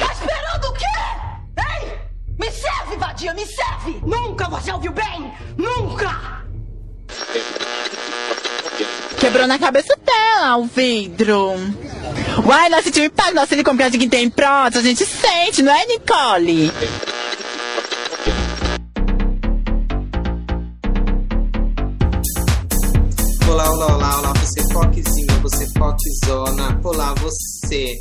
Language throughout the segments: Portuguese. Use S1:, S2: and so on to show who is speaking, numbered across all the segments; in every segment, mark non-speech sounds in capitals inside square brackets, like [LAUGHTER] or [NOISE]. S1: Tá esperando o quê? Hein? Me serve, vadia, me serve! Nunca você ouviu bem! Nunca!
S2: Quebrou na cabeça dela o vidro. Uai, nós sentimos impacto, nossa helicóptero que tem pronto, a gente sente, não é, Nicole?
S3: Olá, olá, olá, olá, você foquezinha, você foquezona. Olá, você,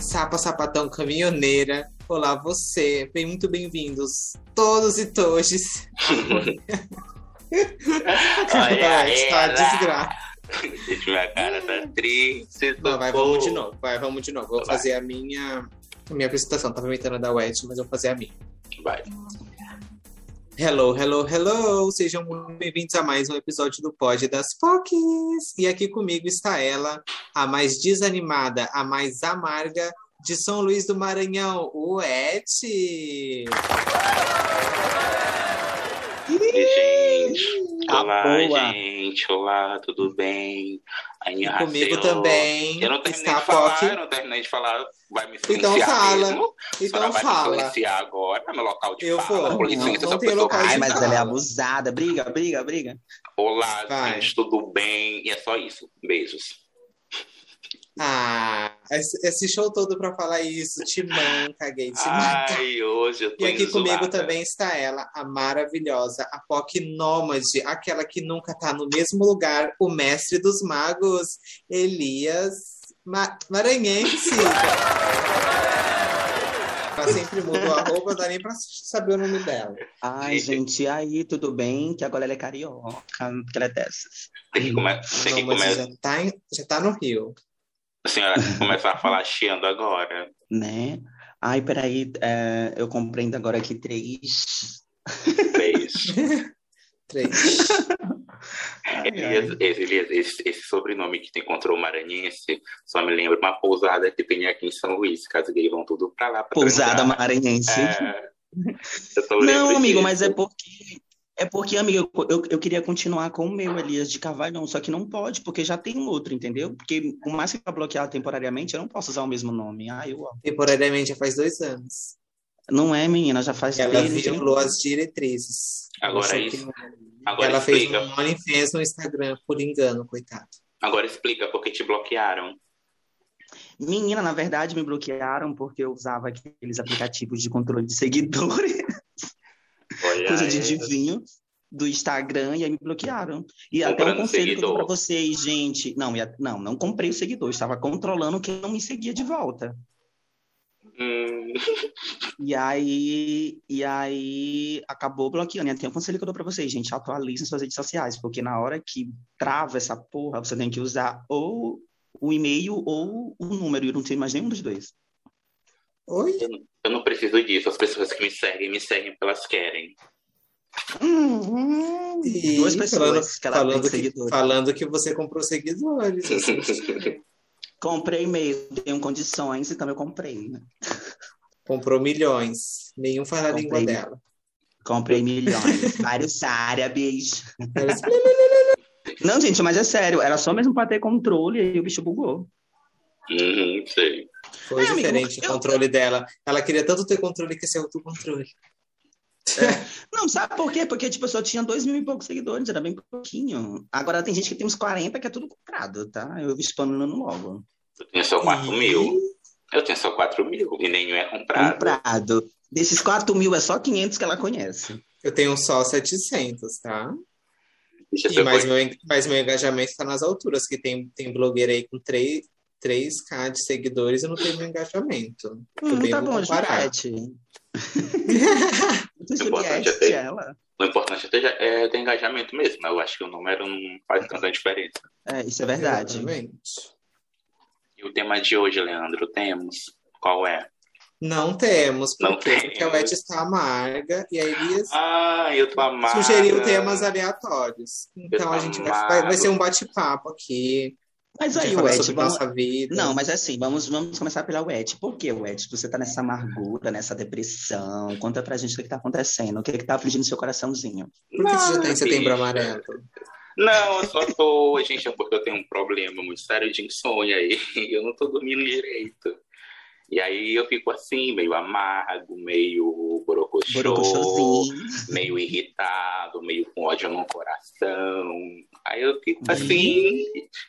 S3: sapa, sapatão, caminhoneira. Olá, você, bem, muito bem-vindos, todos e todes.
S4: Olha
S3: [LAUGHS] Vai, está
S4: ela.
S3: desgraça.
S4: Gente, minha cara tá triste.
S3: Não, vai,
S4: socorro.
S3: vamos de novo, vai, vamos de novo. Vou
S4: Vai.
S3: fazer a minha, a minha apresentação, tava imitando a da Wet, mas eu vou fazer a minha.
S4: Vai.
S3: Hello, hello, hello! Sejam muito bem-vindos a mais um episódio do Pod das Foques! E aqui comigo está ela, a mais desanimada, a mais amarga de São Luís do Maranhão, o Et!
S4: Oi, gente.
S3: A
S4: Olá,
S3: Tá boa.
S4: gente. Olá, tudo bem?
S3: E
S4: Anha,
S3: comigo
S4: seu-
S3: também
S4: Ah, Eu não terminei
S3: está a
S4: de falar,
S3: Foque.
S4: eu não terminei de falar. Vai me
S3: Então
S4: silenciar
S3: fala,
S4: mesmo? Senhora
S3: Então
S4: vai me
S3: fala.
S4: silenciar agora, meu local de
S3: Eu
S4: fala.
S3: vou.
S4: Com licença,
S3: Não, não
S4: seu
S3: tem
S4: pessoal.
S3: local de
S4: Ai,
S5: Ai,
S4: mas-
S5: mas ela é abusada. Briga, briga, briga.
S4: Olá,
S3: Vai.
S4: gente, tudo bem? E é só isso. Beijos.
S3: Ah, esse esse show todo pra falar
S4: [LAUGHS]
S3: isso, te manca, gay, te
S4: Ah,
S3: manca.
S4: Ai, hoje eu tô
S3: E aqui comigo
S4: enjoada.
S3: também está ela, a maravilhosa, a POC nômade, aquela que nunca tá no mesmo lugar, o mestre dos magos, Elias Ma
S4: [LAUGHS]
S3: Maranhense. Ela sempre muda o arroba, não dá nem pra saber o nome dela.
S5: Ai, gente, e aí, tudo bem? Que agora ela é carioca, que ela é dessas.
S4: Tem que, come... tem que
S3: Não, mas
S4: come-
S3: já, tá em- já tá no Rio.
S4: a senhora tem que começar a falar chiando agora.
S5: Né? Ai, peraí, é, eu compreendo agora que três.
S4: Beijo.
S3: Três.
S5: Ai, ai.
S4: Elias, esse, Elias, esse, esse sobrenome que tu encontrou maranhense só me lembra uma pousada que tem aqui em São Luís. Caso gay vão tudo pra lá. Pra
S5: Pousada
S4: transar.
S5: maranhense.
S4: É, eu só
S5: Não,
S4: lembro
S5: amigo,
S4: disso.
S5: mas é porque. É porque, amigo, eu, eu, eu queria continuar com o meu Elias de Cavalhão, só que não pode, porque já tem outro, entendeu? Porque o mais que tá bloqueado temporariamente, eu não posso usar o mesmo nome. Ai, eu amo.
S3: Temporariamente já faz dois anos.
S5: Não é, menina, já faz
S3: Ela
S5: três, hein?
S3: violou as diretrizes.
S4: Agora
S3: Achou
S4: é
S3: que
S4: isso.
S3: não-
S4: Agora
S3: ela fez
S4: explica.
S3: um OnlyFans no Instagram, por engano, coitado.
S4: Agora explica porque te bloquearam.
S5: Menina, na verdade, me bloquearam porque eu usava aqueles aplicativos de controle de [LAUGHS] seguidores,
S4: Olha,
S5: coisa de
S4: é.
S5: divinho, do Instagram, e aí me bloquearam. E até
S4: Comprando
S5: um conselho que eu dou
S4: seguidor.
S5: pra vocês, gente. Não, ia- não, não comprei o seguidor, eu estava controlando quem não me seguia de volta.
S4: Hum,
S5: E aí, e aí acabou bloqueando. E até um conselho que eu dou pra vocês, gente, atualizem suas redes sociais, porque na hora que trava essa porra, você tem que usar ou o e-mail ou o número, e eu não tenho mais nenhum dos dois.
S3: Oi?
S4: eu não preciso disso. As pessoas que me seguem, me seguem porque elas querem.
S3: E
S5: Duas
S3: falando-
S5: pessoas que ela
S3: falando
S5: tem
S3: que-
S5: seguidores.
S3: Falando que você comprou seguidores. assim.
S5: [LAUGHS] Comprei mesmo, tenho condições, então eu comprei. né?
S3: comprou milhões. Nenhum faz a
S5: Comprei.
S3: língua dela.
S5: Comprei milhões, vários árabes. [LAUGHS]
S3: Ela disse,
S5: Não, gente, mas é sério, era só mesmo pra ter controle e aí o bicho bugou.
S4: Uhum, sei.
S3: Foi
S5: É, amigo,
S3: diferente o
S5: eu-
S3: controle dela. Ela queria tanto ter controle que esse é autocontrole.
S5: Não, sabe por quê? Porque, tipo, eu só tinha dois mil e poucos seguidores, era bem pouquinho. Agora tem gente que tem uns 40 que é tudo comprado, tá? Eu explanando logo.
S4: Eu tenho só 4
S3: Ih.
S4: mil. Eu tenho só 4 mil e nenhum é comprado.
S5: Comprado. Desses 4 mil é só 500 que ela conhece.
S3: Eu tenho só 700, tá?
S4: Deixa
S3: E
S4: eu
S3: mas, meu, en- mas meu engajamento está nas alturas, que tem, tem blogueira aí com 3, 3k de seguidores e não tem meu engajamento.
S5: Hum,
S3: bem,
S5: tá
S3: vou
S5: bom,
S4: [LAUGHS]
S3: comparar.
S5: Juliette. Muito
S4: Importante é
S5: Juliette,
S4: ter-
S5: ela.
S4: O importante é ter, é ter engajamento mesmo. né? Eu acho que o número não faz tanta diferença.
S5: É, isso é verdade.
S3: Exatamente.
S4: E o tema de hoje, Leandro, temos? Qual é?
S3: Não temos,
S4: Não
S3: porque, porque a
S4: temos.
S3: Wet está amarga e a Elias
S4: Ah, eu tô amada.
S3: sugeriu temas aleatórios. Então a gente vai,
S4: Amado.
S3: vai- vai ser um bate-papo aqui.
S5: Mas
S3: A gente
S5: aí,
S3: vai falar
S5: Wet,
S3: sobre
S5: vamos...
S3: nossa vida.
S4: né?
S5: Não, mas assim, vamos, vamos começar pela Wet. Por que, Wet? Você tá nessa amargura, nessa depressão. Conta pra gente o que, que tá acontecendo, o que, que tá afligindo seu coraçãozinho.
S3: Por que você já
S4: Nada,
S3: tem setembro
S4: bicha.
S3: amarelo?
S4: Não, eu só tô. Gente, é porque eu tenho um problema muito sério de insônia aí. [LAUGHS] Eu não tô dormindo direito. E aí eu fico assim, meio amargo, meio borocochô,
S5: Borocochôzinho.
S4: meio irritado, meio com ódio no coração. Aí eu fico
S5: Uhum.
S4: assim.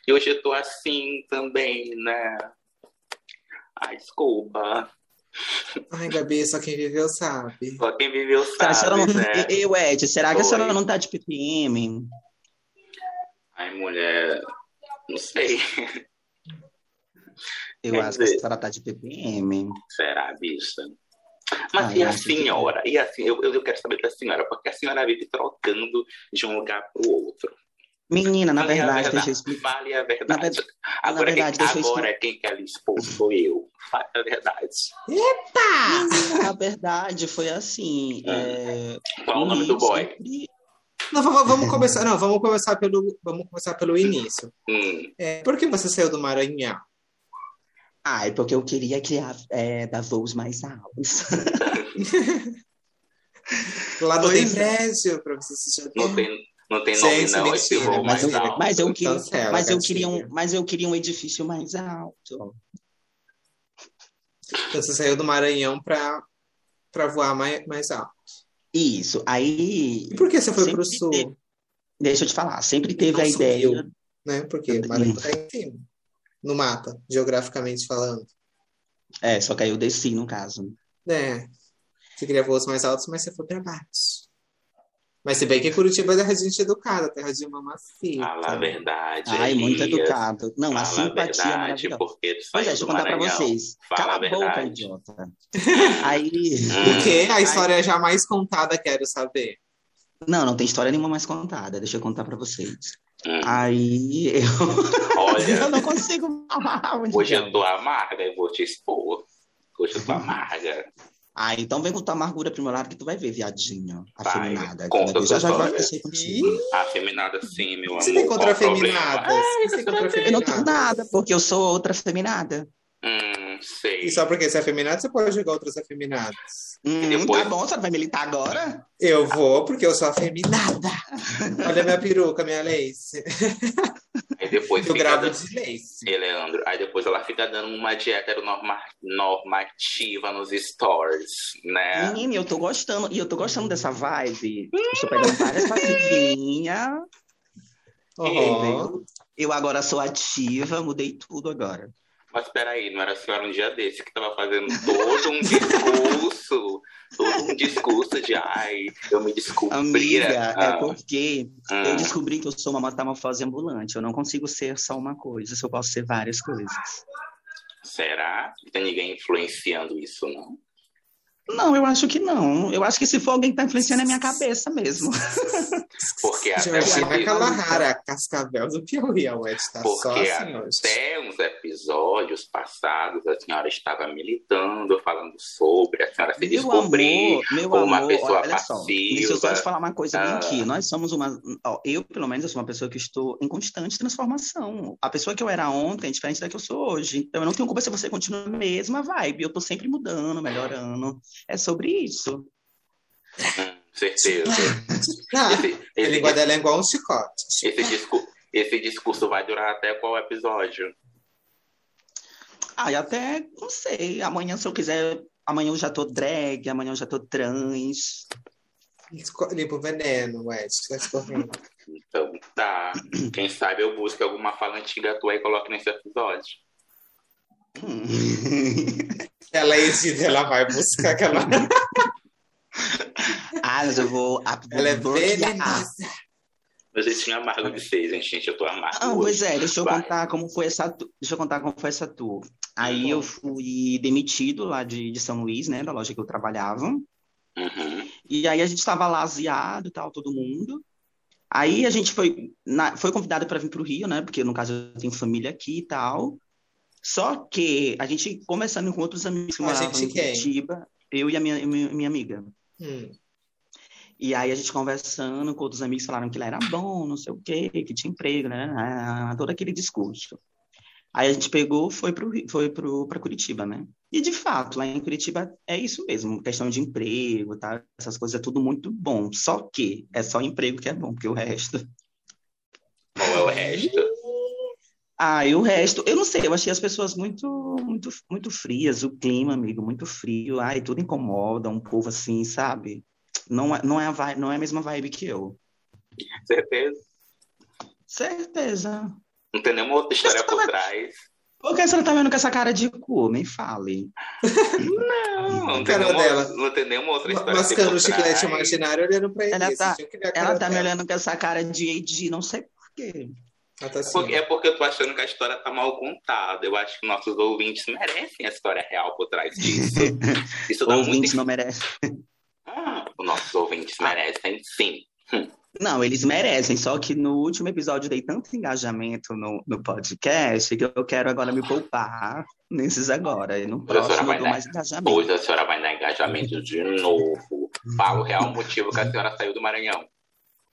S4: E hoje eu tô assim também, né? Ai, desculpa.
S3: Ai, Gabi, só quem viveu sabe.
S4: Só quem viveu
S5: Tá, a
S4: sabe,
S5: senhora não...
S4: né?
S5: Eu, Ed, será que a senhora
S4: Oi.
S5: não tá de PPM?
S4: Ai, mulher, não sei.
S5: Eu
S4: Quer
S5: acho que
S4: dizer-
S5: a senhora tá de PPM.
S4: Será, bicha? Mas
S5: Ah,
S4: e
S5: eu
S4: a
S5: acho que-
S4: senhora? E assim, eu, eu quero saber da senhora, porque a senhora vive trocando de um lugar pro outro.
S5: Menina, na
S4: Fale a
S5: verdade, deixa eu explicar.
S4: Fale a é verdade.
S5: Na verdade-
S4: agora,
S5: na verdade,
S4: quem,
S5: deixa eu
S4: agora é quem quer lhe expor sou eu. Fale a verdade.
S5: Na verdade, foi assim.
S4: Hum.
S5: é,
S4: Qual o nome
S5: comigo
S4: do boy?
S5: sempre-
S3: Não, vamos, vamos começar. Não, vamos começar pelo, vamos começar pelo início.
S4: Hum,
S3: É, por que você saiu do Maranhão?
S5: Ai, porque eu queria criar, é, dar voos mais altos.
S3: Lá não tem
S5: Pois é.
S3: prédio pra você se
S4: não
S3: jogar.
S4: tem, não tem
S3: Gente,
S4: nome, não, esse
S3: mentira,
S5: [LAUGHS]
S4: voo
S5: é, mas
S4: mais
S5: eu-
S4: alto.
S5: Mas eu queria,
S3: Cancela,
S5: mas eu
S3: gatilho.
S5: queria um, mas eu queria um edifício mais alto.
S3: Então você saiu do Maranhão pra, pra voar mais, mais alto.
S5: Isso. Aí,
S3: E por que você foi
S5: Sempre
S3: pro sul?
S5: teve deixa eu te falar, sempre teve
S3: Não
S5: a ideia.
S3: subiu. Né? Porque o Maranhão tá em cima. No mapa, geograficamente falando.
S5: É, só que aí eu desci, no caso.
S3: É. Você queria voos mais altos, mas você foi pra baixo. Mas se bem que Curitiba é terra de gente educada, terra de mamacita.
S4: Fala a Ah, é verdade.
S5: Ai, muito
S4: Elias.
S5: educado. Não,
S4: Fala
S5: a simpatia é
S4: verdade,
S5: maravilhosa.
S4: porque tu saiu
S5: Pois é, deixa eu
S4: do
S5: contar pra
S4: Maranhão.
S5: vocês.
S4: Fala
S5: Cala
S4: a
S5: a boca,
S4: verdade.
S5: idiota. Aí.
S4: Hum,
S3: Porque a história jamais contada, quero saber.
S5: Não, não tem história nenhuma mais contada. Deixa eu contar pra vocês.
S4: Hum,
S5: [LAUGHS] Aí eu, [LAUGHS]
S4: Olha,
S5: eu não consigo falar.
S4: Hoje é
S5: amigão.
S4: eu tô amarga e vou te expor. Hoje eu tô amarga.
S5: Ah, então vem com tua amargura pro meu lado que tu vai ver, viadinho.
S4: Vai,
S5: Afeminada.
S4: conta
S5: Vai ver.
S4: tua
S5: já já vai
S4: história.
S5: mexer contigo.
S4: Afeminada sim, meu amor.
S3: Você tem
S4: Qual
S3: contra
S4: o problema? É,
S3: afeminadas? Você tem contra
S5: Eu não tenho
S3: afeminadas?
S5: nada, porque eu sou outra afeminada.
S4: Hum, sei.
S3: E só porque você é afeminado, você pode jogar outras afeminadas.
S5: Hum,
S4: depois?
S5: Tá bom, você vai militar agora?
S3: Eu vou porque eu sou afeminada. Olha minha peruca, minha lace.
S5: é
S4: Aí depois
S3: Eu
S4: fica
S3: gravo
S4: dando-
S3: de lace.
S4: Ei, Leandro, aí depois ela fica dando uma dieta norma- normativa nos stories, né?
S5: Menina, eu tô gostando. E eu tô gostando dessa vibe. Eu um tô pegando várias barriguinhas.
S3: Uhum.
S5: Eu agora sou ativa, mudei tudo agora.
S4: Mas peraí, não era a senhora um dia desse que tava fazendo todo um
S5: [LAUGHS]
S4: discurso, todo um discurso de ai, eu me descobri.
S5: Amiga,
S4: Ah,
S5: é porque
S4: ah.
S5: eu descobri que eu sou uma metamorfose ambulante. Eu não consigo ser só uma coisa, eu só posso ser várias coisas.
S4: Será? Não tem ninguém influenciando isso, não?
S5: Não, eu acho que não. Eu acho que se for alguém, tá influenciando a minha cabeça
S4: [LAUGHS]
S5: mesmo.
S4: Porque até
S3: Georgina
S4: porque-
S3: Calahara, Cascavel do Piauí, a Wed tá só
S4: Porque
S3: assim hoje.
S4: até uns episódios passados a senhora estava militando, falando sobre, a senhora se descobrir.
S5: meu
S4: como uma pessoa
S5: olha só. Deixa eu só
S4: passiva.
S5: te falar uma coisa bem
S4: Ah.
S5: aqui. Nós somos uma. ó, eu, pelo menos, eu sou uma pessoa que estou em constante transformação. A pessoa que eu era ontem é diferente da que eu sou hoje. Então, eu não tenho culpa se você continua a mesma vibe. Eu estou sempre mudando, melhorando. É sobre isso.
S4: Hum,
S5: [LAUGHS]
S4: certeza.
S3: Ah,
S4: Esse,
S3: a língua
S4: esse,
S3: dela é igual um chicote.
S4: esse discu- esse discurso vai durar até qual episódio?
S5: Ah, e até, não sei. Amanhã, se eu quiser. Amanhã eu já tô drag, amanhã eu já tô trans.
S3: Esco- Limpa o veneno, Wed, tá escorrendo.
S4: Então tá. Quem sabe eu busco alguma fala antiga tua e coloque nesse episódio.
S5: Hum.
S3: Ela edita, ela vai buscar aquela. [LAUGHS]
S5: ah, mas eu vou. up-
S3: Ela é
S5: bloquear.
S3: venenosa.
S4: Meu jeitinho amargo de vocês, gente. Gente, eu tô amargo
S5: Ah,
S4: hoje.
S5: pois é, deixa eu
S4: Vai.
S5: contar como foi essa tu- deixa eu contar como foi essa tour. Aí eu fui demitido lá de, de São Luís, né, da loja que eu trabalhava.
S4: Uhum.
S5: E aí a gente estava lazeado e tal, todo mundo. Aí a gente foi na- foi convidado para vir para o Rio, né, porque no caso eu tenho família aqui e tal. Só que a gente conversando com outros amigos que
S3: A
S5: moravam
S3: gente
S5: em
S3: quem?
S5: Curitiba, eu e a minha, minha, minha amiga.
S3: Hum.
S5: E aí a gente conversando com outros amigos, falaram que lá era bom, não sei o quê, que tinha emprego, né? né, Todo aquele discurso. Aí a gente pegou, foi pro, Ri- foi pro, pra Curitiba, né? E de fato, lá em Curitiba é isso mesmo, questão de emprego, tá? Essas coisas é tudo muito bom. Só que é só emprego que é bom, porque o resto
S4: é o resto.
S5: [LAUGHS] Ah, e o resto, eu não sei, eu achei as pessoas muito, muito, muito frias, o clima, amigo, muito frio. Ai, tudo incomoda, um povo assim, sabe? Não, é- não é a vibe, não é a mesma vibe que eu.
S4: Certeza.
S5: Certeza.
S4: Não tem nenhuma outra história por trás.
S5: Por que a senhora tá vendo com essa cara de cu? Nem fale.
S4: Não, não tem,
S3: Cara
S4: nenhuma,
S3: dela.
S4: não tem nenhuma outra história
S3: Mascando
S4: por
S3: o chiclete
S4: trás.
S3: imaginário olhando pra ele.
S5: Ela
S3: Vocês
S5: tá-
S3: tinham que ver a
S5: Ela
S3: cara
S5: tá me
S3: dela.
S5: olhando com essa cara de, de não sei por quê.
S3: Ela tá assim,
S4: Porque-
S3: ó.
S4: é porque eu tô achando que a história tá mal contada. Eu acho que nossos ouvintes merecem a história real por trás
S3: [LAUGHS]
S4: disso. Isso dá muito.
S5: Ouvintes não merecem.
S4: Ah, os nossos ouvintes merecem, sim.
S5: Não, eles merecem, só que no último episódio eu dei tanto engajamento no, no podcast que eu quero agora me poupar nesses agora. E no
S4: Professora,
S5: próximo
S4: vai
S5: eu dou
S4: dar.
S5: mais engajamento.
S4: Hoje a senhora vai dar engajamento de novo. Fala o real motivo que a senhora saiu do Maranhão.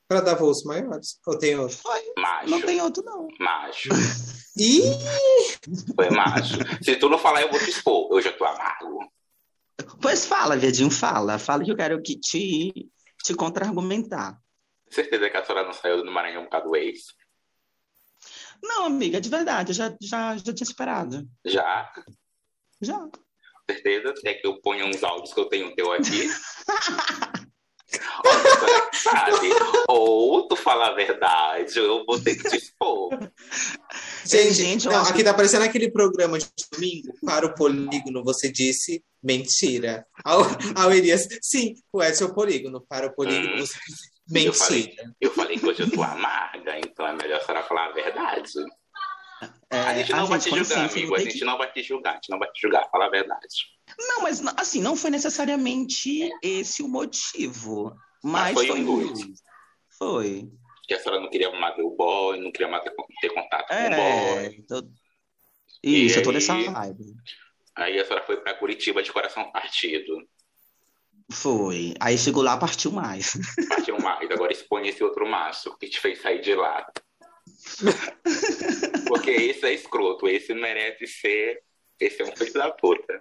S3: Pra dar voos maiores. Ou tem outro?
S4: Macho.
S5: Não tem outro, não.
S4: Macho.
S3: Ih!
S4: Foi macho. Se tu não falar, eu vou te expor. Eu já tô amargo.
S5: Pois fala, viadinho, fala. Fala que eu quero que te, te contra-argumentar.
S4: Certeza que a senhora não saiu do Maranhão por causa do ex.
S5: Não, amiga, de verdade, eu já, já, já tinha esperado.
S4: Já.
S5: Já.
S4: Certeza. É que eu ponho uns áudios que eu tenho teu aqui. Ou a senhora que sabe. Ou tu fala a verdade, ou eu vou ter que te expor.
S3: Gente,
S5: gente, eu
S3: não,
S5: acho
S3: aqui
S5: que-
S3: tá parecendo aquele programa de domingo para o polígono, você disse mentira. Ao, ao Elias, sim, o Edson é o polígono, para o polígono,
S4: Hum.
S3: você disse
S4: Eu falei.
S3: mentira.
S4: Eu falei que hoje eu tô amarga, então é melhor a senhora falar a verdade.
S5: É,
S4: a gente não vai te
S5: com
S4: julgar,
S5: licença,
S4: amigo.
S5: eu
S4: A
S5: vou ter
S4: gente não vai te julgar. A gente não vai te julgar. Fala a verdade.
S5: que- Não, mas não- assim, não foi necessariamente
S3: É.
S5: esse o motivo. Mas
S4: Mas foi um
S5: ruim.
S4: dois.
S5: Foi.
S4: Que a senhora não queria mais ver o boy, não queria mais ter, ter contato com o boy.
S3: Um
S5: É. tô- Isso, eu tô
S4: aí?
S5: nessa vibe.
S4: Aí a senhora foi pra Curitiba de coração partido.
S5: Foi. Aí chegou lá, partiu mais.
S4: Partiu mais. um Agora expõe esse outro macho que te fez sair de lá. Porque esse é escroto. Esse merece ser. Esse é um filho da puta.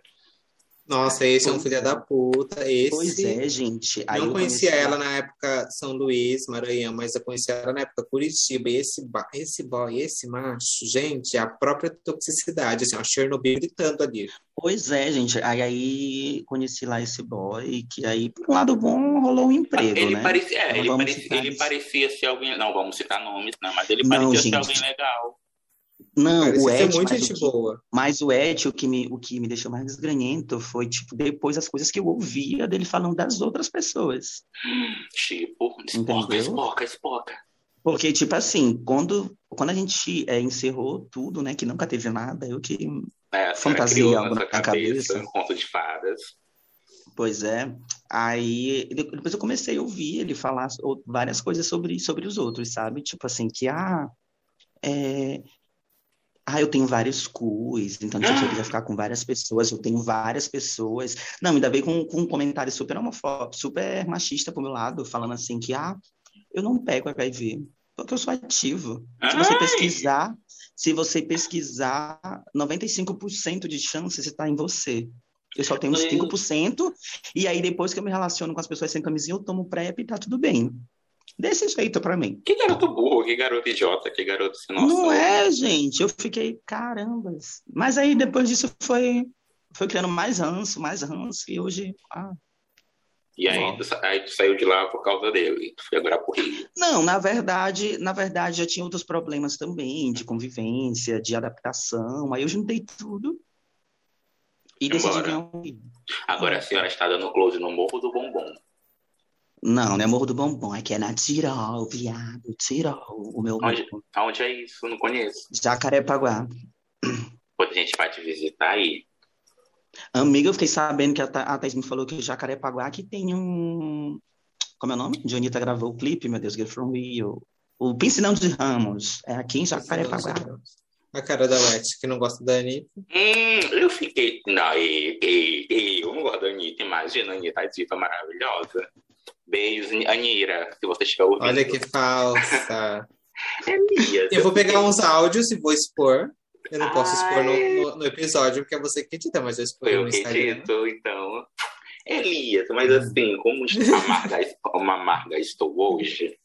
S3: Nossa, esse é um filho da puta, esse...
S5: Pois é, gente. Aí
S3: não
S5: eu
S3: conhecia
S5: comecei-
S3: ela né? na época São Luís, Maranhão, mas eu conhecia ela na época Curitiba. E esse, ba- esse boy, esse macho, gente, é a própria toxicidade, assim, ó, Chernobyl gritando ali.
S5: Pois é, gente. Aí, aí conheci lá esse boy, que aí, por um lado bom, rolou um emprego,
S4: ele
S5: né?
S4: parecia, é,
S5: Não
S4: ele,
S5: vamos
S4: parecia,
S5: citar
S4: ele
S5: isso.
S4: parecia ser alguém. Não, vamos citar nomes, não, mas ele
S5: Não,
S4: parecia ser
S5: gente.
S4: alguém legal.
S5: Não,
S3: Parecia
S5: o
S3: ser
S5: Ed,
S3: muito
S5: mas,
S3: gente
S5: o que,
S3: boa.
S5: mas o Ed, o que me, o que me deixou mais desgranhento foi, tipo, depois as coisas que eu ouvia dele falando das outras pessoas.
S4: Tipo, espoca,
S5: Entendeu?
S4: espoca, espoca.
S5: Porque, tipo assim, quando, quando a gente é, encerrou tudo, né, que nunca teve nada, eu que,
S4: É, a senhora
S5: Fantasia,
S4: criou
S5: algo
S4: na
S5: na
S4: sua cabeça,
S5: cabeça.
S4: um conto de fadas.
S5: pois é, aí de- depois eu comecei a ouvir ele falar so- várias coisas sobre, sobre os outros, sabe? Tipo assim, que, ah, é... Ah, eu tenho vários cus, então tipo, se eu quiser ficar com várias pessoas, eu tenho várias pessoas. Não, ainda veio com, com um comentário super homofóbico, super machista pro meu lado, falando assim que, ah, eu não pego HIV, porque eu sou ativo. Se você
S4: Ai!
S5: pesquisar, se você pesquisar, 95% de chances está em você. Eu só tenho uns
S4: Ai.
S5: 5%, e aí depois que eu me relaciono com as pessoas sem camisinha, eu tomo PrEP e tá tudo bem. Desse jeito pra mim.
S4: Que garoto burro, que garoto idiota, que garoto assim, sem noção.
S5: Não é, gente. Eu fiquei, carambas. Mas aí depois disso foi, foi criando mais ranço, mais ranço, e hoje. ah.
S4: E aí tu, sa- aí tu saiu de lá por causa dele. Tu foi agora pro Rio.
S5: Não, na verdade, na verdade já tinha outros problemas também, de convivência, de adaptação. Aí eu juntei tudo e decidi um
S4: Embora.
S5: vir ao Rio.
S4: Agora a senhora está dando close no Morro do Bombom.
S5: Não, não é Morro do Bombom, é que é na Tirol, viado, Tirol, o meu
S4: Onde?
S5: morro.
S4: Aonde é isso? Não conheço.
S5: Jacarepaguá.
S4: Quando a gente vai te visitar aí.
S5: Amiga, eu fiquei sabendo que a, Tha a Thaís me falou que o Jacarepaguá que tem um. Como é o nome? De Anitta gravou o clipe, meu Deus, Girl from Rio. O Pincinão de Ramos. É aqui em Jacarepaguá.
S3: A cara da Wet, que não gosta da Anitta.
S4: Hum, eu fiquei. Não, ei, ei, ei, eu não gosto da Anitta. Imagina, a Anitta, a diva maravilhosa. Beijos, Anira, se você estiver ouvindo.
S3: Olha que
S4: [LAUGHS]
S3: falsa.
S4: Elias,
S3: Eu vou
S4: fiquei-
S3: pegar uns áudios e vou expor. Eu não posso expor
S4: Ai.
S3: no, no- no episódio, porque é você que edita, mas
S4: Foi
S3: eu exponho
S4: eu
S3: no
S4: que
S3: Instagram.
S4: dito, então. Elias, mas assim, como amarga, como amarga estou hoje,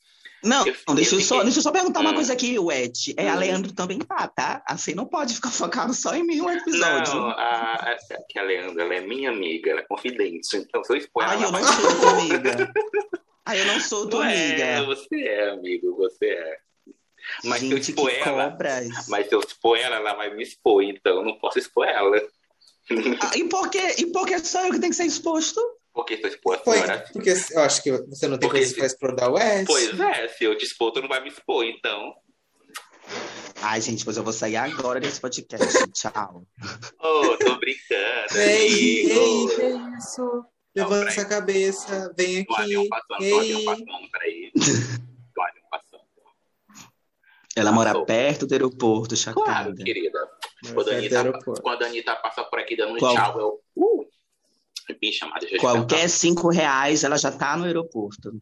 S5: Não,
S4: Eu-
S5: não, deixa eu,
S4: eu
S5: só,
S4: fiquei-
S5: deixa eu só perguntar uma
S4: Hum.
S5: coisa aqui, Wet. É, a
S4: Hum.
S5: Leandro também tá, tá? Assim não pode ficar [LAUGHS] focado só em mim um [LAUGHS] episódio.
S4: Não, a, a, que a Leandra, ela é minha amiga, ela é confidente. Então, se eu expor
S5: Ai,
S4: ela,
S5: eu não sou tua amiga. Ai, eu não sou tua
S4: Não é,
S5: amiga.
S4: você é, amigo, você é. Mas se eu
S5: Gente,
S4: expor
S5: que
S4: ela,
S5: cobras.
S4: mas se eu expor ela, ela vai me expor, então eu não posso expor ela.
S5: Ah, e, por que, e por que sou eu que tenho que ser exposto?
S4: Porque se eu expor a
S3: Foi,
S4: senhora.
S3: porque eu acho que você não tem
S4: Porque
S3: coisa
S4: se-
S3: pra explorar o S.
S4: Pois é, se eu te expor, tu não vai me expor, então.
S5: Ai, gente, pois eu vou sair agora desse podcast. Tchau.
S4: Oh, tô
S5: [LAUGHS]
S4: brincando.
S3: [LAUGHS] Ei, ei,
S4: amigo.
S3: que isso?
S4: Não,
S3: É Levanta essa cabeça, vem
S4: Tô ali um
S3: aqui.
S4: passando, tô ali um
S3: Ei,
S4: passando, peraí. Tô ali um passando.
S5: Ela mora
S4: Sou.
S5: perto do aeroporto,
S4: Tá Claro,
S5: chacada.
S4: querida. Quando a,
S3: Perto do
S4: Anitta,
S3: aeroporto.
S4: quando a Anitta passa por aqui dando um
S5: Qual- é?
S4: tchau, eu. Uh, bicha, mas deixa eu te
S5: Qualquer cinco reais, ela já tá no aeroporto.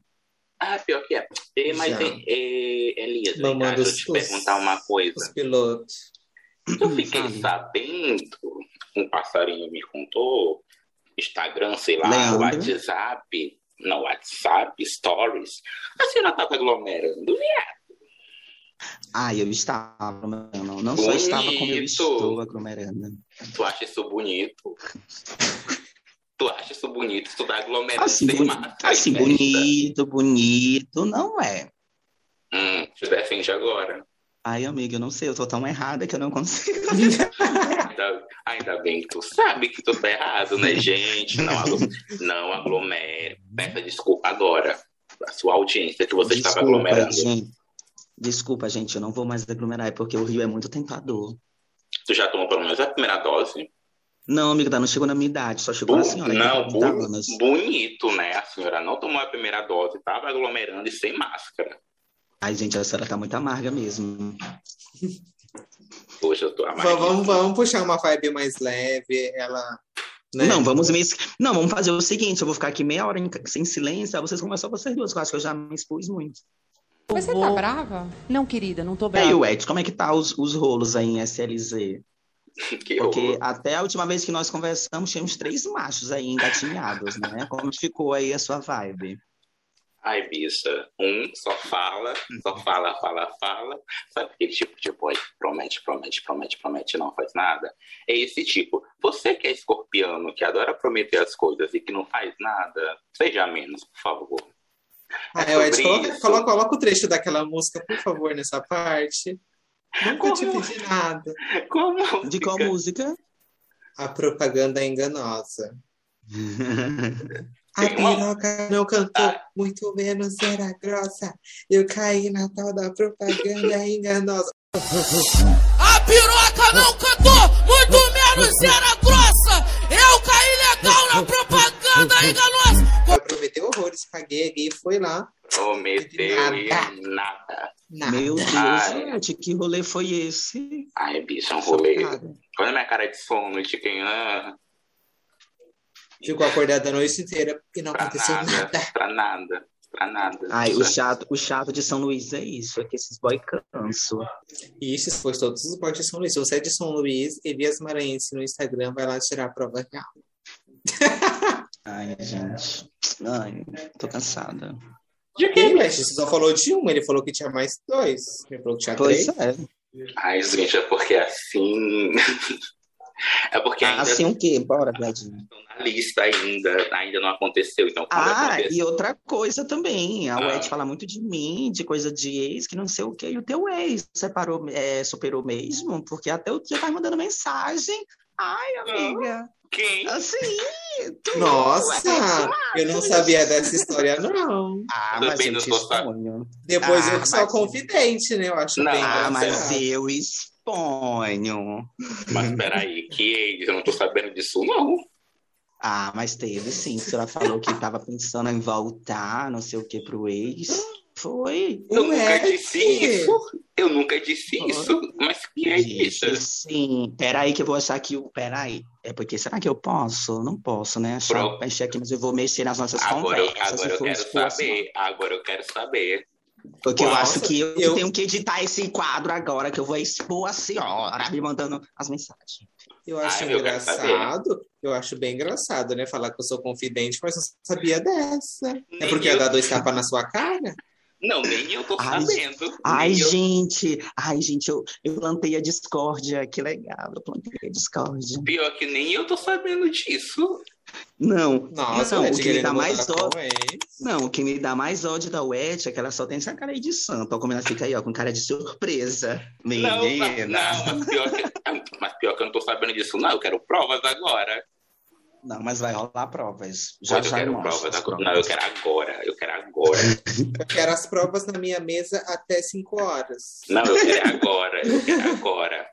S4: Ah, pior que é. Ei, mas,
S3: Já.
S4: ei, ei, Elias, vem cá,
S3: Mamando
S4: Ah, deixa eu
S3: os-
S4: te perguntar uma
S3: os
S4: coisa.
S3: pilotos.
S4: Eu fiquei
S5: Fala.
S4: sabendo, um passarinho me contou, Instagram, sei lá,
S5: Leandro.
S4: WhatsApp, não, WhatsApp, Stories. A senhora tava aglomerando.
S5: Ai, eu estava, mano. Não só
S4: Bonito.
S5: estava, como eu estou aglomerando.
S4: Tu acha isso bonito? Tu acha isso bonito? Tu vai aglomerando
S5: Assim,
S4: sem
S5: boni-
S4: máscara em
S5: assim
S4: festa?
S5: bonito, bonito, não é.
S4: Hum, te defende agora.
S5: Ai, amiga, eu não sei, eu tô tão errada que eu não consigo.
S4: Ainda, ainda bem que tu sabe que tu tá errado, né, gente? Não, aglo, não aglomere. Peça desculpa agora. A sua audiência que você estava aglomerando.
S5: gente. Desculpa, gente, eu não vou mais aglomerar, é porque o Rio é muito tentador.
S4: Tu já tomou pelo menos a primeira dose?
S5: Não, amiga, tá, não chegou na minha idade, só chegou na
S4: Bu-
S5: senhora. assim, que tá
S4: não,
S5: tem 30
S4: bu-
S5: anos.
S4: bonito, né? A senhora não tomou a primeira dose, estava aglomerando e sem máscara.
S5: Ai, gente, a senhora tá muito amarga mesmo.
S4: Hoje Tá, eu tô amargo.
S3: Vamos, vamos, vamos puxar uma vibe mais leve. Ela. Né?
S5: Não, vamos me... es- Não, vamos fazer o seguinte, eu vou ficar aqui meia hora em- sem silêncio, aí vocês conversam vocês duas, que eu acho que eu já me expus muito.
S6: Mas você tá brava? Não, querida, não tô
S5: E aí,
S6: brava.
S5: Wet, como é que tá os, os rolos aí em SLZ?
S4: Que
S5: Porque
S4: horror.
S5: até a última vez que nós conversamos, tínhamos três machos aí engatinhados, né? Como que ficou aí a sua vibe?
S4: Ai, bicha. Um só fala, só fala, fala, fala. Sabe aquele tipo de boy que promete, promete, promete, promete, não faz nada? É esse tipo. Você que é escorpiano, que adora prometer as coisas e que não faz nada, seja menos, por favor. [LAUGHS]
S3: Ah,
S4: É
S3: eu, Ed,
S4: sobre
S3: coloca,
S4: isso.
S3: coloca, coloca o trecho daquela música, por favor, nessa parte. Nunca te
S4: Como?
S3: pedi nada.
S4: Como?
S5: De qual música?
S3: A propaganda
S4: [LAUGHS]
S3: é enganosa. A
S4: Tem uma- Ah.
S3: piroca não cantou, muito menos era grossa. Eu caí na tal da propaganda enganosa.
S7: A piroca não cantou, muito menos era grossa. Eu caí legal na propaganda enganosa.
S3: Eu aproveitei horrores, paguei aqui e foi lá.
S4: Prometeu e
S3: Nada.
S4: nada.
S3: Na...
S5: Meu Deus,
S4: Ai.
S5: gente, que rolê foi esse?
S4: Ai, bicha, é um rolê.
S5: Chocada.
S4: Olha minha cara de sono de quem ah,
S3: Ficou acordada a noite inteira e não
S4: pra
S3: aconteceu
S4: nada,
S3: nada.
S4: pra nada, pra nada.
S5: Ai, o chato, o chato de São Luís é isso, é que esses boy canso.
S3: E esses foram todos os boys de São Luís. Se você é de São Luís, Elias Maranhense no Instagram, vai lá tirar a prova real.
S5: Ai, gente. Ai, tô cansada.
S4: De
S3: Ei,
S4: quem?
S3: Leste, você só falou de um, ele falou que tinha mais dois. Ele falou que tinha
S5: Pois
S3: três.
S5: é.
S4: Ai, gente, é porque assim. [LAUGHS] é
S3: Ah,
S4: porque ainda
S5: Assim o quê? Bora, Gladinho.
S4: estão na lista ainda, ainda não aconteceu, então quando
S5: Ah,
S4: acontecer.
S5: e outra coisa também. A
S4: Ah.
S5: Wet fala muito de mim, de coisa de ex, que não sei o quê. E o teu ex separou, é, superou mesmo? Porque até o dia tá me mandando mensagem. Ai, amiga.
S4: Quem?
S5: Assim, tu
S3: Nossa, eu não sabia dessa história, não.
S5: Ah,
S4: Também
S5: mas eu
S4: não
S5: te
S4: sou sa-
S5: exponho.
S3: Depois
S5: Ah,
S3: eu que sou
S5: mas-
S3: confidente, né? Eu acho
S4: Não,
S3: bem
S5: Ah, mas
S3: engraçado. Um
S5: eu exponho.
S4: Mas peraí, que eles? Eu não tô sabendo disso, não.
S5: Ah, mas teve sim. A senhora falou que tava pensando em voltar, não sei o que, pro ex. Foi.
S4: Eu
S3: Ué,
S4: nunca é disse
S3: que?
S4: isso. Eu nunca disse
S5: Ah.
S4: isso. Mas que é isso?
S5: Disse sim. assim, Peraí que eu vou achar que o... Peraí. É porque será que eu posso? Não posso, né? Achar,
S4: Pronto.
S5: mexer aqui, mas eu vou mexer nas nossas
S4: Agora, eu-
S5: conversas.
S4: agora
S5: se
S4: eu
S5: for
S4: quero
S5: expor,
S4: saber. Agora eu quero saber.
S5: assim, Porque eu
S3: Nossa,
S5: acho que eu, que
S3: eu-
S5: tenho que editar esse quadro agora, que eu vou expor a senhora me mandando as mensagens.
S3: Eu acho
S4: Ah, eu quero saber.
S3: engraçado, eu acho bem engraçado, né? Falar que eu sou confidente, mas eu não sabia dessa. É porque
S4: eu,
S3: ia dar dois tapas na sua cara?
S4: Não, nem eu tô
S5: Ai,
S4: sabendo. Nem
S5: Ai,
S4: eu-
S5: gente, ai, gente, eu, eu plantei a discórdia, que legal, eu plantei a discórdia.
S4: Pior que nem eu tô sabendo disso.
S5: Não,
S3: Nossa,
S5: não,
S3: Beth,
S5: o que me
S3: querendo
S5: dá mais
S3: voltar
S5: ódio,
S3: com ele.
S5: não, o que me dá mais ódio da Wet é que ela só tem essa cara aí de santa, ó, como ela fica aí, ó, com cara de surpresa.
S4: Não, mas,
S5: Menina.
S4: não, mas pior que, mas pior que eu não tô sabendo disso, não. Eu quero provas agora.
S5: Não, mas vai rolar provas. Já
S4: Mas eu
S5: já
S4: quero
S5: mostro
S4: provas
S5: as
S4: agora. Não, eu quero agora. Eu quero agora.
S3: Eu quero as provas na minha mesa até 5 horas.
S4: Não, eu quero agora. Eu quero agora.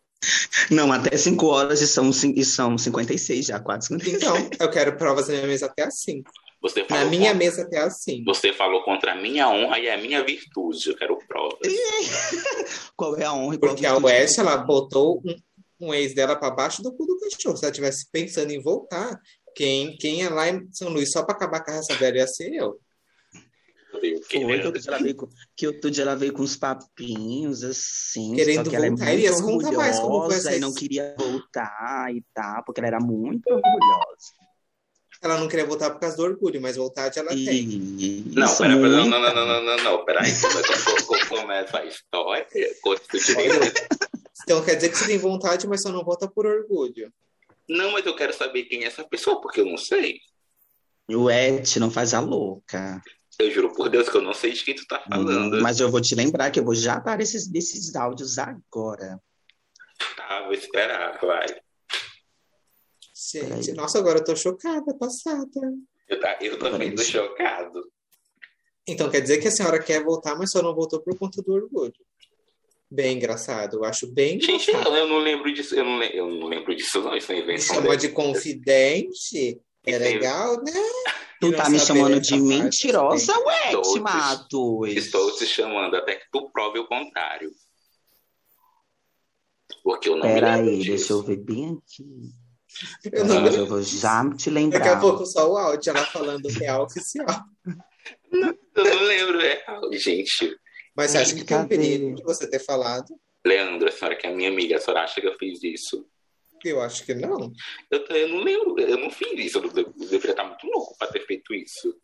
S5: Não, até 5 horas e são, cin- e são 56 já,
S3: [LAUGHS]
S5: quase 56.
S3: Então, eu quero provas na minha mesa até às 5.
S4: Você falou,
S3: Na minha
S4: contra,
S3: mesa até às 5.
S4: você falou contra a minha honra e a minha virtude. Eu quero provas.
S5: Qual é a honra e qual
S3: Porque a
S5: virtude?
S3: West, ela botou um, um ex dela pra baixo do cu do cachorro. Se ela estivesse pensando em voltar, quem, quem é lá em São Luís só pra acabar com a raça velha ia ser eu.
S4: Eu tenho que-
S5: Foi, que outro dia ela veio com, que outro dia ela veio com uns papinhos assim,
S3: Querendo
S5: só que ela é
S3: voltar,
S5: muito
S3: Elias, conta mais como foi
S5: orgulhosa
S3: essa-
S5: e não queria voltar e tal, porque ela era muito orgulhosa.
S3: Ela não queria voltar por causa do orgulho, mas vontade ela tem.
S5: E
S4: Não,
S5: isso,
S4: pera, pera, não,
S5: muito.
S4: não, não, não, não, não, não, peraí. Quando- quando Começa a história. quando tu direito.
S3: Então quer dizer que você tem vontade, mas só não volta por orgulho.
S4: Não, mas eu quero saber quem é essa pessoa, porque eu não sei.
S5: O Et não faz a louca.
S4: Eu juro por Deus que eu não sei de quem tu tá falando.
S5: Mas eu vou te lembrar que eu vou já parar esses, desses áudios agora.
S4: Tá, vou esperar, vai.
S3: Gente,
S5: Peraí.
S3: nossa, agora eu tô chocada, passada.
S4: Eu, tá, eu também tô chocado.
S3: Então quer dizer que a senhora quer voltar, mas só não voltou por conta do orgulho. Bem engraçado, eu acho bem
S4: Gente,
S3: engraçado.
S4: não, eu não lembro disso, eu não, le- eu não lembro disso, não. Isso é
S3: Me
S4: invenção
S3: chama
S4: dela.
S3: de confidente. É legal, né?
S5: Tu
S3: Não
S5: tá me
S3: saber
S5: chamando
S3: essa
S5: de
S3: parte,
S5: mentirosa,
S3: assim.
S5: Wet,
S4: Todos.
S5: Matos.
S4: Estou te chamando até que tu prove o contrário. Porque eu não me
S5: Pera
S4: lembro
S5: aí, deixa
S4: disso.
S5: eu ver bem aqui.
S3: Eu não
S5: Mas eu vou já te lembrar.
S3: Daqui a pouco só o áudio, ela falando real oficial.
S4: Eu não lembro, é. Gente,
S3: Mas você acha que tem um
S5: Brincadeira.
S3: perigo de você ter falado?
S4: Leandro, a senhora que é minha amiga, a senhora acha que eu fiz isso?
S3: Eu acho que não.
S4: Eu, eu não lembro, eu não fiz isso. Eu, eu, eu deveria estar muito louco pra ter feito isso.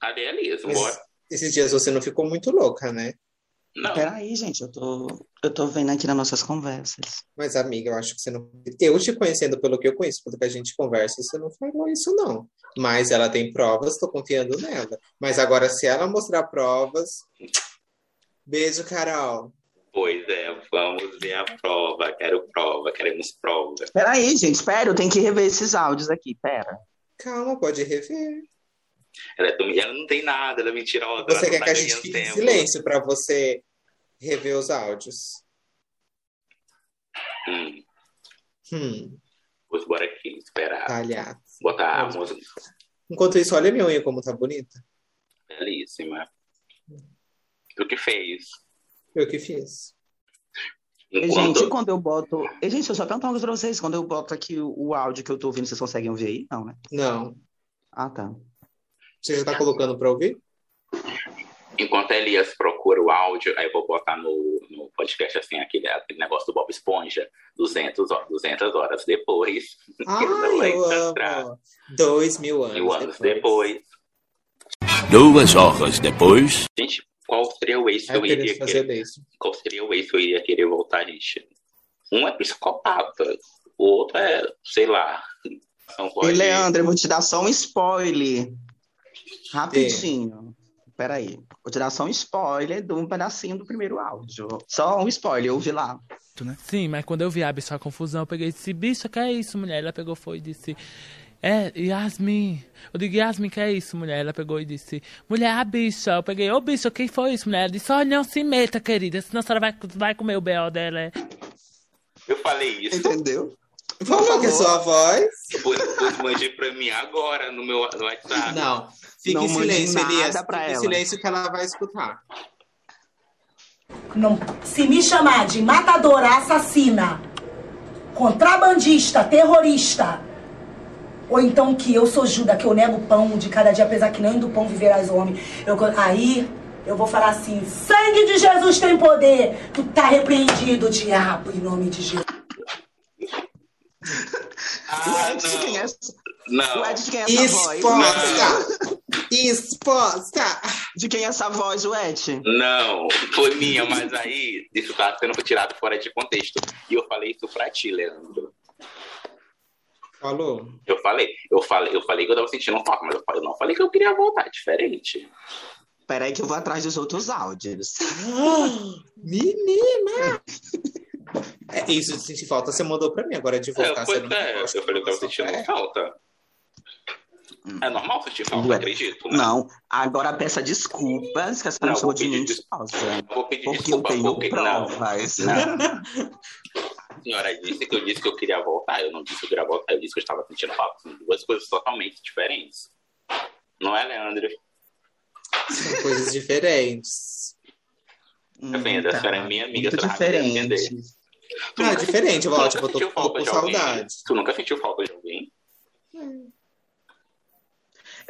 S4: Ali, ali, bora.
S3: Mas esses dias você não ficou muito louca, né?
S4: Não,
S5: Peraí, gente, eu tô, eu tô vendo aqui nas nossas conversas.
S3: Mas, amiga, eu acho que você não. Eu te conhecendo pelo que eu conheço, pelo que a gente conversa, você não falou isso, não. Mas ela tem provas, tô confiando nela. Mas agora, se ela mostrar provas. Beijo, Carol.
S4: pois é, vamos ver a prova. Quero prova, queremos prova.
S5: Peraí, gente, pera, eu tenho que rever esses áudios aqui, pera.
S3: Calma, pode rever.
S4: Ela, é do- ela não tem nada, ela é mentirosa. ela
S3: Você
S4: não
S3: quer
S4: tá
S3: que a gente
S4: ganhando
S3: fique em
S4: tempo.
S3: silêncio pra você rever os áudios?
S4: Hum,
S3: Hum,
S4: pois bora aqui, esperar.
S3: palhaço.
S4: Botar a
S3: Vamos.
S4: música
S3: Enquanto isso, olha minha unha como tá bonita.
S4: belíssima. O que fez?
S3: Eu que fiz.
S5: E, gente,
S4: Enquanto-
S5: quando eu boto. E, gente, eu só pergunto uma coisa pra vocês. Quando eu boto aqui o, o áudio que eu tô ouvindo, vocês conseguem ouvir aí? Não, né?
S3: Não.
S5: Ah, tá.
S3: Você já tá colocando pra ouvir?
S4: Enquanto a Elias procura o áudio, aí eu vou botar no, no podcast assim, aquele, aquele negócio do Bob Esponja, 200, ho- 200 horas depois. [LAUGHS]
S3: Ai,
S4: não vai
S3: eu
S4: encontrar.
S3: amo. Dois mil
S4: Mil
S3: anos
S4: anos depois.
S8: Duas horas depois.
S4: Gente, qual seria o ex que
S3: Aí eu
S4: eu
S3: queria
S4: iria querer?
S3: É fazer isso.
S4: Qual seria o ex que eu iria querer voltar, gente? Um é psicopata, o outro é, sei lá. Não
S5: E,
S4: pode-
S5: Leandro, eu vou te dar só um spoiler. Rapidinho. Peraí. Vou te dar só um spoiler de um pedacinho do primeiro áudio. Só um spoiler, ouvi lá.
S9: Sim, mas quando eu vi a bicha a confusão, eu peguei e disse, bicha, que é isso, mulher? Ela pegou foi e disse, é, Yasmin. Eu digo, Yasmin, que é isso, mulher? Ela pegou e disse, mulher, a bicha. Eu peguei, ô bicha, quem foi isso, mulher? Ela disse, olha, não se meta, querida, senão a senhora vai, vai comer o B.O. dela. é."
S4: Eu falei isso,
S5: Entendeu?
S3: Vamos que é sua voz?
S4: depois, depois mande pra mim agora no meu no WhatsApp.
S3: Não. Fique
S5: Não
S3: em
S5: mande
S3: silêncio,
S5: nada
S3: Elias.
S5: pra
S3: Fique em
S5: ela.
S3: silêncio que ela vai escutar.
S10: Não- se me chamar de matadora, assassina, contrabandista, terrorista, ou então que eu sou Judas, que eu nego o pão de cada dia, apesar que nem do pão viverás o homem, eu co- aí eu vou falar assim: sangue de Jesus tem poder, tu tá repreendido, diabo, em nome de Jesus.
S4: Ah,
S5: o Ed de quem é essa?
S4: não,
S5: O
S4: Ah, não.
S5: Ed de quem é essa voz?
S3: Exposta! Exposta!
S5: De quem é essa voz, Wet?
S4: Não, foi minha, mas aí isso tá sendo tirado fora de contexto. E eu falei isso pra ti, Leandro.
S3: Falou.
S4: Eu falei, eu falei, eu falei que eu tava sentindo um toque, mas eu falei- eu não falei que eu queria voltar, é diferente.
S5: Peraí que eu vou atrás dos outros áudios. Ah,
S3: Menina! É, isso de sentir falta você mandou pra mim, agora de voltar
S4: É,
S3: você
S4: pois
S3: não
S4: é, eu falei que eu tava sentindo falta. É normal sentir falta,
S5: Hum. Ué.
S4: acredito. né?
S5: Não, agora peça desculpas que a senhora
S4: Não,
S5: me
S4: vou
S5: chamou de
S4: pedir
S5: mentirosa.
S4: Vou pedir
S5: Porque eu
S4: desculpa,
S5: tenho
S4: porque não.
S5: provas.
S4: Não. A [LAUGHS] senhora disse que eu disse que eu queria voltar. Eu não disse que eu queria voltar, eu disse que eu estava sentindo falta. São duas coisas totalmente diferentes. Não é, Leandro?
S3: São coisas diferentes.
S5: Hum,
S4: Depende, a
S5: tá.
S4: senhora é minha amiga,
S3: Muito
S4: a senhora vai me
S3: diferente.
S4: entender. Tu
S3: Ah,
S4: nunca-
S3: diferente,
S4: tu
S3: Val,
S4: nunca
S3: tipo, eu tô-
S4: sentiu
S3: tô
S4: falta
S3: com
S4: de alguém?
S3: saudade.
S4: Tu nunca sentiu falta de alguém?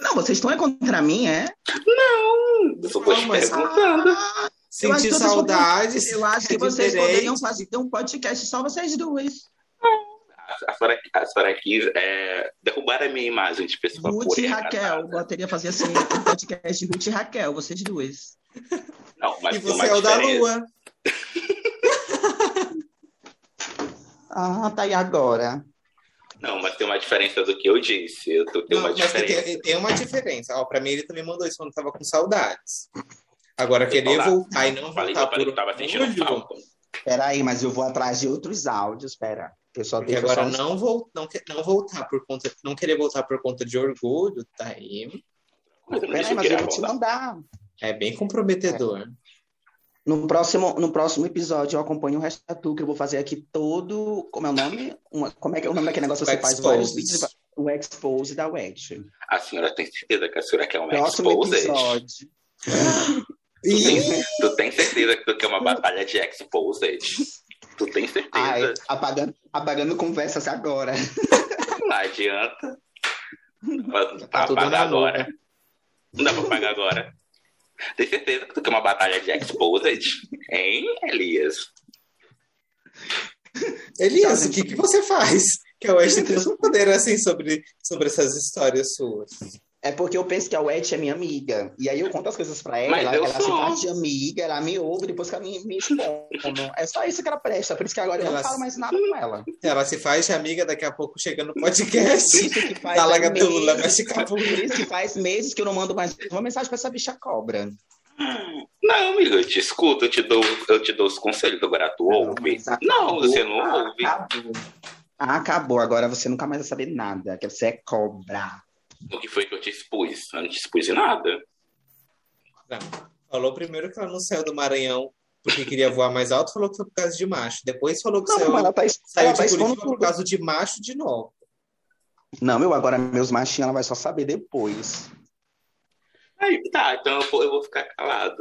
S5: Não, vocês estão é contra mim, é?
S4: Não! Eu tô te
S3: Não, mas-
S4: perguntando.
S5: Eu acho
S3: Sentir
S5: que vocês poderiam-
S3: saudades.
S5: Eu acho que
S3: é
S5: vocês
S3: diferente.
S5: poderiam fazer um podcast só vocês duas.
S4: A, a, senhora, a senhora quis é, derrubar a minha imagem de pessoa
S5: Ruth e
S4: porém
S5: Raquel.
S4: agradável.
S5: Bateria fazer assim, um podcast Ruth e Raquel, vocês duas.
S4: Não, mas
S3: E
S4: tem
S3: você
S4: uma
S3: é o da
S4: diferença.
S3: lua.
S5: [LAUGHS] Ah, tá aí agora.
S4: Não, mas tem uma diferença do que eu disse. Eu tô, tem
S3: Não,
S4: uma
S3: mas tem,
S4: diferença.
S3: tem- tem uma diferença. Ó, pra mim ele também mandou isso quando tava com saudades. Agora querer
S4: saudade.
S3: voltar e não
S4: Falei que
S3: voltar
S4: eu falei que
S3: por
S4: tava sentindo
S3: orgulho,
S4: falta.
S5: Peraí, mas eu vou atrás de outros áudios, pera. Eu só
S3: Porque
S5: tenho
S3: agora
S5: só- um-
S3: não, vol não, que- não voltar por conta, não querer voltar por conta de orgulho, tá aí.
S4: Mas eu não disse que
S5: Peraí,
S4: eu
S5: mas eu
S4: queria
S5: vou te
S4: voltar.
S5: mandar.
S3: É bem comprometedor.
S5: No próximo, no próximo episódio eu acompanho o resto da tu, que eu vou fazer aqui todo. Como é o nome? Uma- como é que é o nome daquele negócio que
S3: O
S5: você faz vários
S3: Expose.
S5: vídeos? O Expose da WET.
S4: A senhora tem certeza que a senhora quer um uma
S5: Próximo
S4: exposed?
S5: episódio.
S4: Tu
S3: Ih,
S4: tem, [LAUGHS] tu tem certeza que tu quer uma batalha de exposed? Tu tem certeza?
S3: Ah,
S5: Ai, Ah, é. apagando, apagando conversas agora.
S4: Não adianta.
S3: [LAUGHS]
S4: Não
S3: Tá
S4: dá pra
S3: tudo
S4: pagar
S3: na
S4: agora. Não dá pra pagar agora. Tem certeza que tu quer uma batalha de exposed? Hein, Elias?
S5: É. Tá
S3: Elias, o que, que você faz? Que a West tem
S5: [LAUGHS]
S3: um poder assim sobre, sobre essas histórias suas.
S5: É porque eu penso que a WET é minha amiga. E aí eu conto as coisas pra ela,
S4: Mas
S5: ela,
S4: eu
S5: ela se
S4: sou.
S5: faz de amiga, ela me ouve, depois que ela me, me expõe. É só isso que ela presta, por isso que agora eu
S3: Ela-
S5: não falo mais nada com ela.
S3: Ela se faz de amiga, daqui a pouco chega no podcast.
S5: [LAUGHS] Isso que faz
S3: Da Lagatula,
S5: meses-
S3: mexe com a
S5: Por isso que faz meses que eu não mando mais uma mensagem pra essa bicha cobra.
S4: Não, amigo, eu te escuto, eu te dou, eu te dou os conselhos, agora tu ouve.
S3: tá
S5: Mas acabou.
S4: Não, você não ouve.
S5: Acabou. Acabou. Agora você nunca mais vai saber nada. Que você é cobra.
S4: O que foi que eu te expus? Eu não te expus de nada.
S3: Falou primeiro que ela não saiu do Maranhão porque queria voar mais alto, falou que foi por causa de macho. Depois falou que
S5: Não,
S3: saiu,
S5: mas ela tá, es-
S3: saiu
S5: ela
S3: de
S5: tá expondo
S3: Curitiba por
S5: tudo.
S3: causa de macho de novo.
S5: Não, eu agora, meus machinhos, ela vai só saber depois.
S4: Aí, tá, então eu vou, eu vou ficar calado.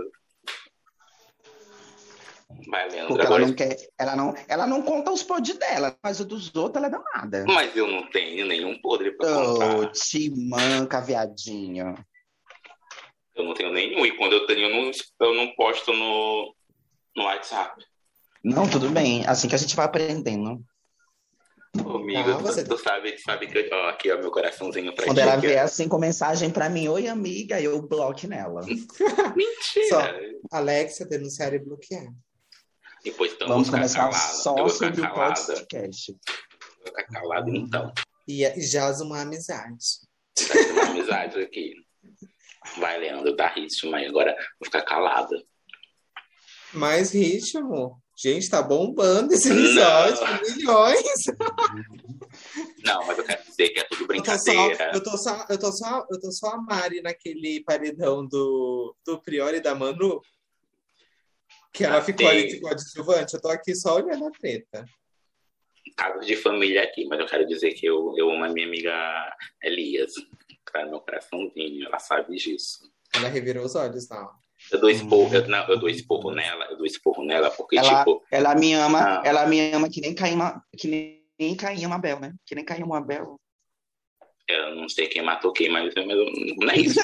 S4: Vai, Leandro,
S5: Porque ela
S4: agora.
S5: não quer. Ela não, ela não conta os pod dela, mas o dos outros ela é danada.
S4: Mas eu não tenho nenhum podre pra
S5: Ô,
S4: contar.
S5: te manca, viadinho.
S4: Eu não tenho nenhum. E quando eu tenho, eu não, eu não posto no, no WhatsApp.
S5: Não, tudo bem. Assim que a gente vai aprendendo.
S4: Ô, amigo,
S3: Ah,
S4: tu-
S3: você-
S4: tu, sabe, tu sabe que eu, ó, aqui, ó, meu coraçãozinho pra
S5: Quando
S4: ti.
S5: ela
S4: aqui, ó.
S5: vier assim com mensagem pra mim, oi amiga, eu bloco nela.
S4: Então, Mentira.
S3: Só. Alexa, denunciar e bloquear.
S4: Depois então,
S5: Vamos
S4: eu vou ficar
S5: começar
S4: calada. eu
S5: só
S4: vou ficar
S5: sobre o
S4: calada.
S5: podcast.
S4: Eu vou ficar calada então.
S3: E, e jaz uma amizade.
S4: Vai ter uma amizade aqui. Vai, Leandro, dá ritmo aí. Agora vou ficar calada.
S3: Mais ritmo. Gente, tá bombando esse episódio.
S4: Não.
S3: Milhões.
S4: Não, mas eu quero dizer que é tudo
S3: Eu tô, só,
S4: brincadeira.
S3: eu, tô só, eu, tô só, eu tô só a Mari naquele paredão do, do Priori e da Manu. Que ela
S4: Ah,
S3: ficou ali
S4: sim.
S3: de coadjuvante. Eu tô aqui só olhando a treta.
S4: caso de família aqui, mas eu quero dizer que eu, eu amo a minha amiga Elias. Tá no meu coraçãozinho, ela sabe disso.
S3: Ela revirou os olhos na hora.
S4: Eu dou
S3: Hum.
S4: esporro, eu, não, eu dou esporro nela, eu dou esporro nela, porque,
S5: Ela,
S4: tipo,
S5: ela me ama,
S4: Ah.
S5: ela me ama que nem Caíma, que nem, nem Caim Abel, né? Que nem Caim Abel.
S4: eu não sei quem matou quem, mas, mas eu- não é
S3: [LAUGHS]
S4: isso.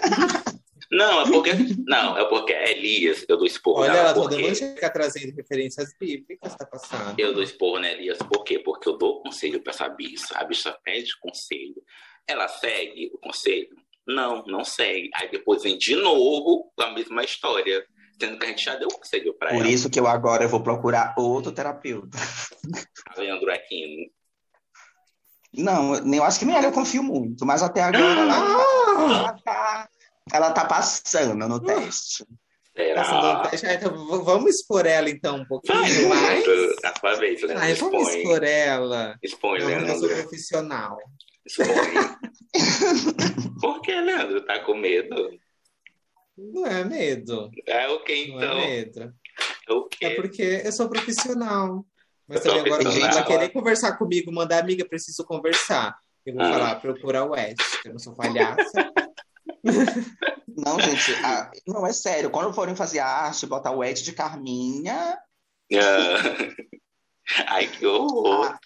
S4: Não, é porque. Não, é porque é Elias, eu dou esporro
S3: Olha,
S4: nela.
S3: ela tá toda
S4: porque...
S3: mancheca trazendo referências bíblicas, tá passando.
S4: Eu dou esporro na Elias, por quê? Porque eu dou conselho pra essa bicha. A bicha pede conselho. Ela segue o conselho. Não, não sei. Aí depois vem de novo com a mesma história. Sendo que a gente já deu conselho pra
S5: Por
S4: ela.
S5: isso que eu agora vou procurar outro terapeuta.
S4: A Leandro Aquino.
S5: Não, eu acho que nela eu confio muito, mas até
S4: [GASPS]
S5: agora ela,
S4: Ah!
S5: ela tá, ela tá passando
S3: Ah.
S5: no teste.
S3: Passando no teste. Ah, então v- vamos expor ela então um pouquinho mais.
S4: Leandro, É A sua vez, Leandro.
S3: Ai, vamos
S4: expõe.
S3: expor ela.
S4: Expõe,
S3: Eu não
S4: Leandro.
S3: sou profissional.
S4: Por que, Leandro? Tá com medo?
S3: Não é medo.
S4: É o que
S3: Não é
S4: então?
S3: medo.
S4: É o quê?
S3: É porque eu sou profissional. Mas
S4: Eu sou
S3: também agora quem vai
S4: profissional.
S3: querer conversar comigo, mandar amiga, preciso conversar. Eu vou
S4: Ah.
S3: falar, procura o West, que eu não sou palhaça.
S5: Não, gente, a- não é sério. Quando forem fazer a arte, botar o Ed de Carminha,
S4: Ah.
S3: É
S4: [LAUGHS] Ai, que horror.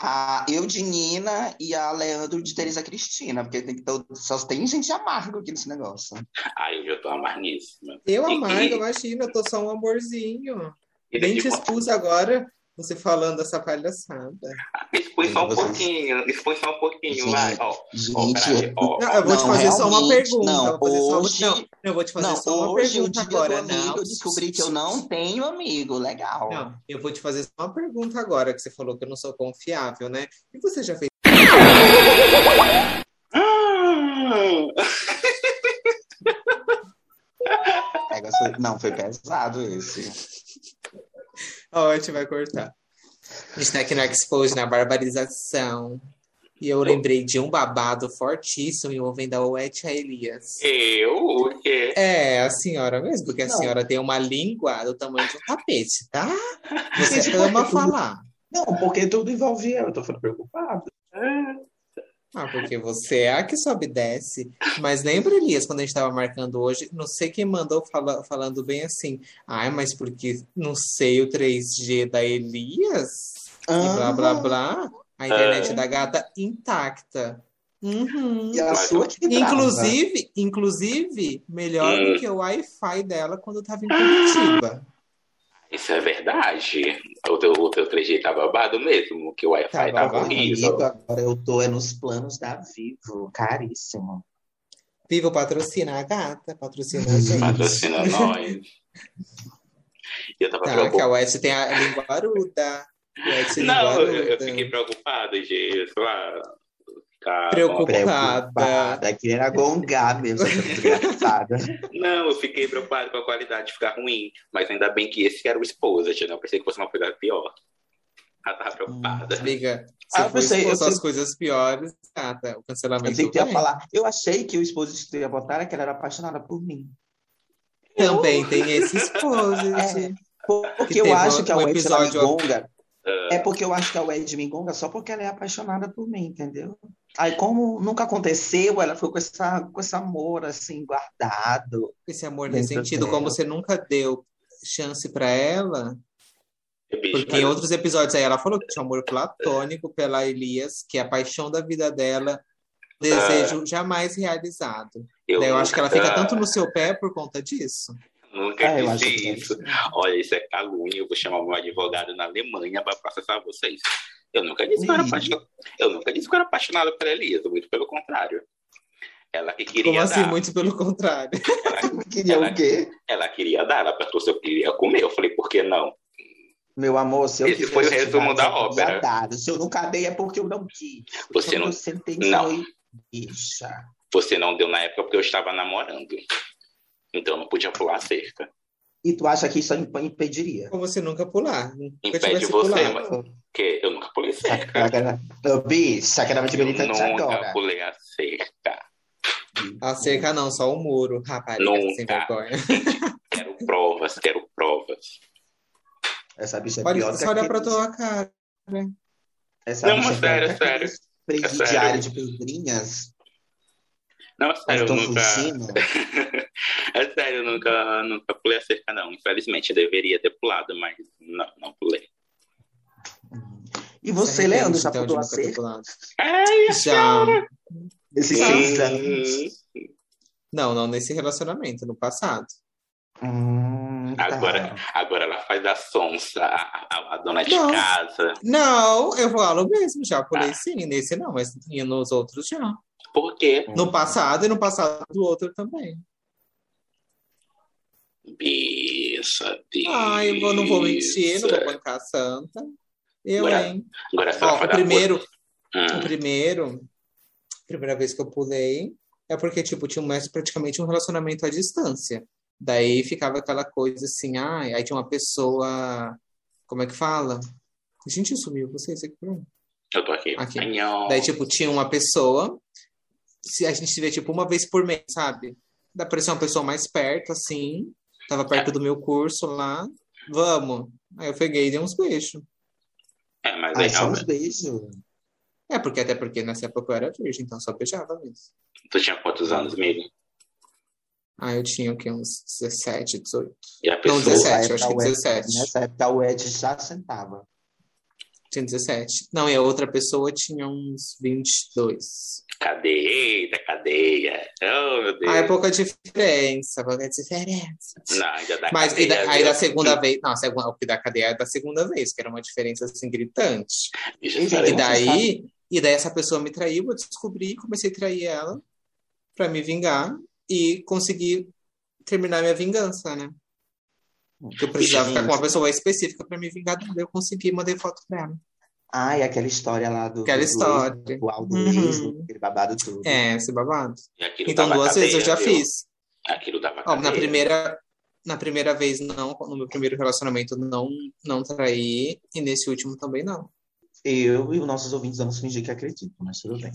S5: a eu de Nina e a Leandro de Teresa Cristina, porque tem que todo- só tem gente amarga aqui nesse negócio.
S4: Ai, eu já tô amarníssima.
S3: Eu
S4: né? E- é
S3: amargo,
S4: e-
S3: imagina, eu tô só um amorzinho.
S4: e
S3: Nem
S4: de-
S3: te expus agora, você falando essa palhaçada.
S4: Expõe só um pouquinho, expõe só um pouquinho, vai. Ó, ó, peraí, ó.
S3: Não, eu vou te
S5: Não,
S3: fazer só uma
S5: realmente,
S3: pergunta.
S5: não,
S3: eu vou fazer só uma-
S5: hoje-
S3: não, não, eu vou te fazer
S5: Não,
S3: só uma
S5: hoje, o
S3: pergunta
S5: dia do
S3: agora.
S5: amigo,
S3: não,
S5: eu descobri que eu não tenho amigo. Legal.
S3: Não, eu vou te fazer só uma pergunta agora, que você falou que eu não sou confiável, né? E você já fez.
S5: Pega sua- Não, foi pesado esse.
S3: Ó, a gente vai cortar. A gente tá aqui na Exposed, na barbarização. E eu lembrei de um babado fortíssimo envolvendo a Oetia Elias.
S4: Eu? O quê?
S3: É, a senhora mesmo, porque a
S5: Não.
S3: senhora tem uma língua do tamanho de um tapete,
S5: [LAUGHS]
S3: tá? Você ama falar.
S5: Não, porque tudo envolve eu, eu tô ficando preocupado. É.
S3: Ah, porque você é a que sobe e desce. Mas lembra, Elias, quando a gente estava marcando hoje, não sei quem mandou fala- falando bem assim. Ai, mas porque não sei o 3G da Elias? E blá, blá,
S5: Ah,
S3: blá. A internet da gata intacta. Uhum.
S5: E a sua que brava.
S3: Inclusive, inclusive, melhor do
S5: É.
S4: Hum.
S3: que o Wi-Fi dela quando estava em Curitiba.
S4: Isso é verdade. O teu, o teu 3G tá babado mesmo, que o Wi-Fi
S3: Tá
S4: tá
S3: babado.
S4: corrido.
S5: Amigo, agora eu tô é nos planos da Vivo, caríssimo.
S3: Vivo patrocina a gata, patrocina a gente. [LAUGHS]
S4: Patrocina nós. E Eu tava
S3: Tá, que a
S4: preocupada.
S3: West tem a língua aruda. A West é
S4: Não,
S3: língua
S4: eu, eu
S3: aruda.
S4: fiquei preocupado de, sei lá, tá ficar.
S3: Preocup- Preocupada.
S5: Preocupada, querendo agongar mesmo, essa desgraçada.
S4: Não, eu fiquei preocupado com a qualidade ficar ruim. Mas ainda bem que esse era o exposed, né? Eu pensei que fosse uma coisa pior. Ela tava preocupada.
S3: Amiga, se
S5: Ah, eu
S3: for
S5: pensei-
S3: expor
S5: eu
S3: só as
S5: sei-
S3: coisas piores, gata, o
S5: Eu
S3: cancelamento
S5: pensei que tu ia
S3: vem.
S5: falar. Eu achei que o esposo que tu ia botar era que ela era apaixonada por mim.
S3: Também tem esse esposo,
S5: É,
S3: gente.
S5: porque
S3: Que
S5: eu
S3: teve
S5: acho
S3: um-
S5: que a
S3: um
S5: Wed ela me
S3: episódio-
S5: gonga. É porque eu acho que a Wed me gonga só porque ela é apaixonada por mim, entendeu? Aí, como nunca aconteceu, ela ficou com, essa, com esse amor assim, guardado.
S3: Esse amor
S5: Dentro
S3: ressentido,
S5: dela.
S3: como você nunca deu chance pra ela,
S4: É, bicho,
S3: porque em outros episódios aí ela falou que tinha um amor platônico pela Elias, que é a paixão da vida dela, desejo jamais realizado.
S4: É. eu
S3: Daí eu acho que ela fica
S4: nunca-
S3: tanto no É, seu pé por conta disso.
S4: Nunca
S5: Ah, eu acho
S4: disse
S5: que deve
S4: isso. Olha, isso é calúnia. Eu vou chamar meu advogado na Alemanha para processar vocês. Eu nunca disse que eu era
S5: Ih.
S4: apaixonado. Eu nunca disse que eu era apaixonado por Elisa, muito pelo contrário. Ela que queria
S3: Como assim,
S4: dar.
S3: muito pelo contrário. [LAUGHS]
S5: Queria
S4: Ela-
S5: o quê?
S4: Ela queria dar, ela apertou se eu queria comer. Eu falei, por que não?
S5: Meu amor, se eu
S4: Esse foi o
S5: quisesse
S4: resumo
S5: dar,
S4: da
S5: eu já
S4: ópera.
S5: teria dado. Se eu não cadei é porque eu não quis.
S4: Você não,
S5: Eu sentei
S4: Não.
S5: e falei, bicha.
S4: você não deu na época porque eu estava namorando. Então eu não podia pular a cerca.
S5: E tu acha que isso imp- impediria?
S3: Como se nunca pular, nunca
S4: Impede
S3: tivesse
S4: você,
S3: pulado.
S4: mas- Porque eu nunca pulei
S3: É,
S4: cerca.
S5: Sacanagem. Ô, bicha, sacanagem
S4: Eu
S5: militante
S4: nunca
S5: agora.
S4: pulei a cerca.
S3: A cerca não, só o muro, rapariga,
S4: Nunca.
S3: sem vergonha.
S4: Quero provas, quero provas.
S5: Essa bicha é
S3: Olha,
S5: pior do que
S3: só olha pra
S5: aqueles-
S3: tua cara.
S5: Essa
S4: Não,
S5: bicha
S4: mas
S5: é pior
S4: sério, É
S5: do que aqueles presidiário de pedrinhas.
S4: Não, é sério, eu
S5: Estão
S4: nunca.
S3: assim.
S5: fugindo.
S4: É sério, eu nunca, nunca pulei a cerca, não. Infelizmente, eu deveria ter pulado, mas não, não pulei.
S5: E você,
S3: Se arrepende,
S5: Leandro, já
S3: então, de
S5: pulou a
S3: nunca ter
S5: cerca tá
S3: pulado.
S4: Ai,
S3: Já.
S5: nesses
S3: Sim.
S5: seis
S4: hum,
S5: anos?
S3: Não, não nesse relacionamento, no passado.
S5: Hum, tá.
S4: agora, agora ela faz a sonsa, a, a- a dona de
S3: Não.
S4: casa. Ah.
S3: Não, eu falo mesmo, já pulei sim, nesse não, mas e nos outros já.
S4: Por quê?
S3: No passado e no passado do outro também.
S4: Bicha, bicha.
S3: Ai, Ah, eu vou- não vou mentir, não
S4: é.
S3: vou bancar a santa. Eu,
S4: Agora-
S3: hein?
S4: Agora a senhora
S3: Ó, o
S4: vai dar
S3: primeiro,
S4: Hum.
S3: o primeiro, primeira vez que eu pulei, é porque, tipo, tinha mais praticamente um relacionamento à distância. Daí ficava aquela coisa assim, ai, aí tinha uma pessoa, como é que fala? Gente, sumiu, você, você que pulou.
S4: Eu tô aqui.
S3: Aqui.
S4: Anhão.
S3: Daí, tipo, tinha uma pessoa, se a gente se vê, tipo, uma vez por mês, sabe? Daí apareceu uma pessoa mais perto, assim, tava perto do meu curso lá, vamos. Aí eu peguei e dei uns beijos.
S4: É,
S5: Ah,
S4: mas
S3: Ai,
S4: aí,
S3: só uns
S4: realmente,
S3: beijos. É, porque até porque nessa época eu era virgem, então só beijava mesmo.
S4: tu tinha quantos anos, amigo?
S3: Ah, eu tinha o quê? Uns 17, 18.
S4: E a
S3: Não,
S4: pessoa.
S3: 17, eu acho que
S5: Nessa época, o Ed-
S3: 17.
S5: Nessa época o Ed já sentava.
S3: Tinha 17. Não, e a outra pessoa tinha uns 22.
S4: Cadeia, da cadeia. Oh, meu Deus.
S3: Ah, é pouca diferença, pouca diferença.
S4: Não, ainda dá
S3: Mas assim, e
S4: cadeia.
S3: da- É, aí
S4: viu?
S3: da segunda vez, não, a segunda- o que da cadeia é da segunda vez, que era uma diferença assim gritante.
S4: Bicha,
S3: E
S4: sério,
S3: daí, e daí essa pessoa me traiu, eu descobri, comecei a trair ela pra me vingar e conseguir terminar minha vingança, né? Porque eu precisava ficar com uma pessoa específica pra me vingar, daí eu consegui, mandei foto pra ela.
S5: Ai, aquela história lá do.
S3: Aquela
S5: do
S3: história.
S5: ex, do alcoolismo,
S3: Uhum.
S5: aquele babado todo.
S3: É, esse babado.
S4: E aquilo
S3: Então,
S4: dava
S3: duas vezes eu
S4: cadeia,
S3: já
S4: viu?
S3: fiz.
S4: Aquilo dava
S3: Ó, na
S4: cadeia.
S3: primeira, na primeira vez não, no meu primeiro relacionamento não, não traí, e nesse último também não.
S5: Eu e os nossos ouvintes vamos fingir que acreditam, mas tudo bem.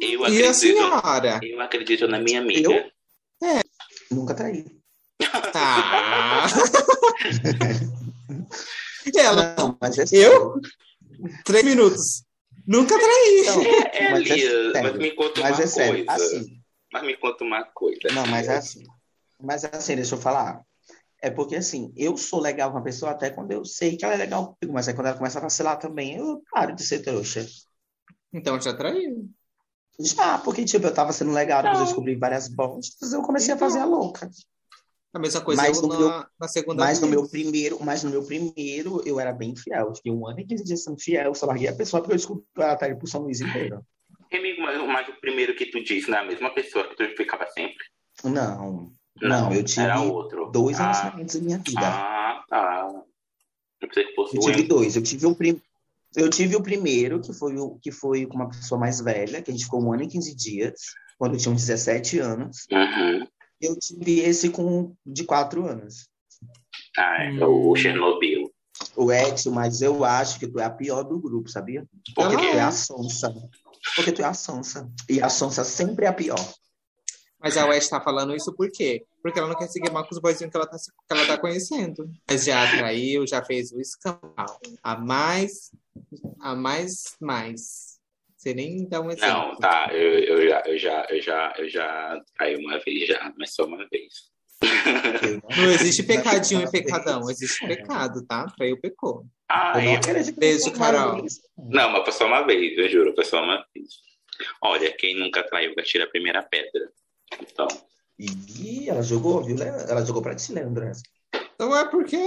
S4: Eu
S3: E assim, a
S4: acredito, [LAUGHS]
S3: senhora?
S4: Eu acredito na minha amiga.
S5: Eu? Nunca traí.
S3: Ah! [LAUGHS] Ela,
S5: Não, mas é
S3: eu? Três minutos. Nunca traí.
S5: Não,
S4: É, é,
S5: mas é
S4: Lia, mas
S5: sério.
S4: me conta
S5: Mas
S4: uma
S5: é sério,
S4: coisa.
S5: assim.
S4: Mas me conta uma coisa.
S5: Não, mas é assim. Mas é assim, deixa eu falar. É porque assim, eu sou legal com a pessoa até quando eu sei que ela é legal comigo, mas aí quando ela começa a vacilar também, eu paro de ser trouxa.
S3: Então já traiu.
S5: Já, porque tipo, eu tava sendo legal, depois eu descobri várias bostas, eu comecei a fazer a louca.
S3: A mesma coisa
S5: Mas
S3: eu
S5: no
S3: na,
S5: meu-
S3: na segunda
S5: Mas no
S3: vez.
S5: meu primeiro, mas no meu primeiro eu era bem fiel. Eu Fiquei um ano e 15 dias sendo fiel, eu só larguei a pessoa porque eu descobri que ela tá indo pro São Luís inteiro.
S4: E, Amigo, mas, mas o primeiro que tu disse não é a mesma pessoa que tu ficava sempre?
S5: Não, não, eu tive
S4: Era outro.
S5: dois
S4: ah,
S5: relacionamentos na minha vida.
S4: ah, ah. Eu pensei que fosse
S5: Eu
S4: o
S5: tive
S4: Em-
S5: dois. Eu tive o, prim... eu tive o primeiro, que foi, o... que foi com uma pessoa mais velha, que a gente ficou um ano e 15 dias, quando eu tinha uns 17 anos.
S4: Uhum.
S5: Eu tive esse com um de 4 anos.
S4: Ah, é,
S3: Hum.
S4: o Chernobyl.
S5: O Edson, mas eu acho que tu é a pior do grupo, sabia? Porque
S3: Ah,
S5: tu
S3: é?
S5: é a sonsa. Porque tu é a sonsa. E a sonsa sempre é a pior.
S3: Mas a West tá falando isso por quê? Porque ela não quer se queimar com os boizinhos que ela tá, se- que ela tá conhecendo. Mas já traiu, já fez o escambau. A mais, a mais, mais. Você nem dá um exemplo.
S4: Não, tá, eu, eu já, eu já, eu já, eu já caí uma vez já, mas só uma vez.
S5: Eu
S3: Não existe pecadinho e
S5: [LAUGHS] Não, tá
S3: pecadão, existe pecado, tá? Traiu, pecou.
S4: Ah,
S5: Eu não
S4: eu-
S5: acredito que
S3: Beijo,
S5: tu fala
S3: Carol.
S5: isso.
S4: Não, mas foi só uma vez, eu juro, foi só uma vez. Olha, quem nunca traiu, atira a primeira pedra. Então,
S5: Ih, ela jogou, viu? Le- Ela jogou pra ti, Leandro. essa.
S3: Então é porque.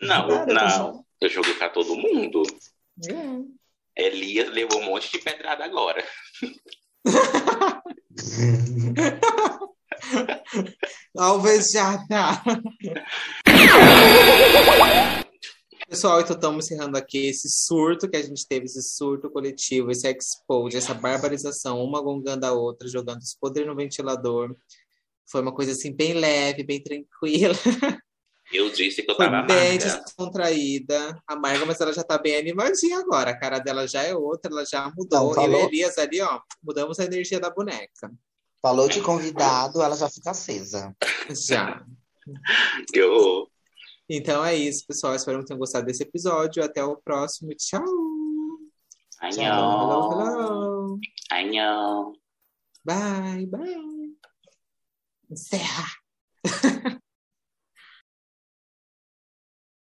S4: não,
S5: Cara, eu tô
S4: não,
S5: só-
S4: eu joguei pra todo mundo.
S3: É.
S4: Elias levou um monte de pedrada agora.
S3: Alvejada! Pessoal, então estamos encerrando aqui esse surto que a gente teve, esse surto coletivo, esse expose, essa barbarização, uma gongando a outra, jogando esse poder no ventilador. Foi uma coisa assim bem leve, bem tranquila, [LAUGHS]
S4: Eu disse que eu
S3: foi
S4: tava
S3: bem
S4: amarga.
S3: descontraída. Amarga, mas ela já tá bem animadinha agora. A cara dela já é outra, ela já mudou.
S5: Não, falou.
S3: Eu e Elias ali, ó, mudamos a energia da boneca. [LAUGHS]
S5: Falou de convidado, ela já fica acesa.
S3: Já.
S4: Eu...
S3: Então é isso, pessoal. Espero que tenham gostado desse episódio. Até o próximo. Tchau. Hello,
S4: Anhão,
S3: hello.
S4: anhão.
S3: Bye, bye. Encerra.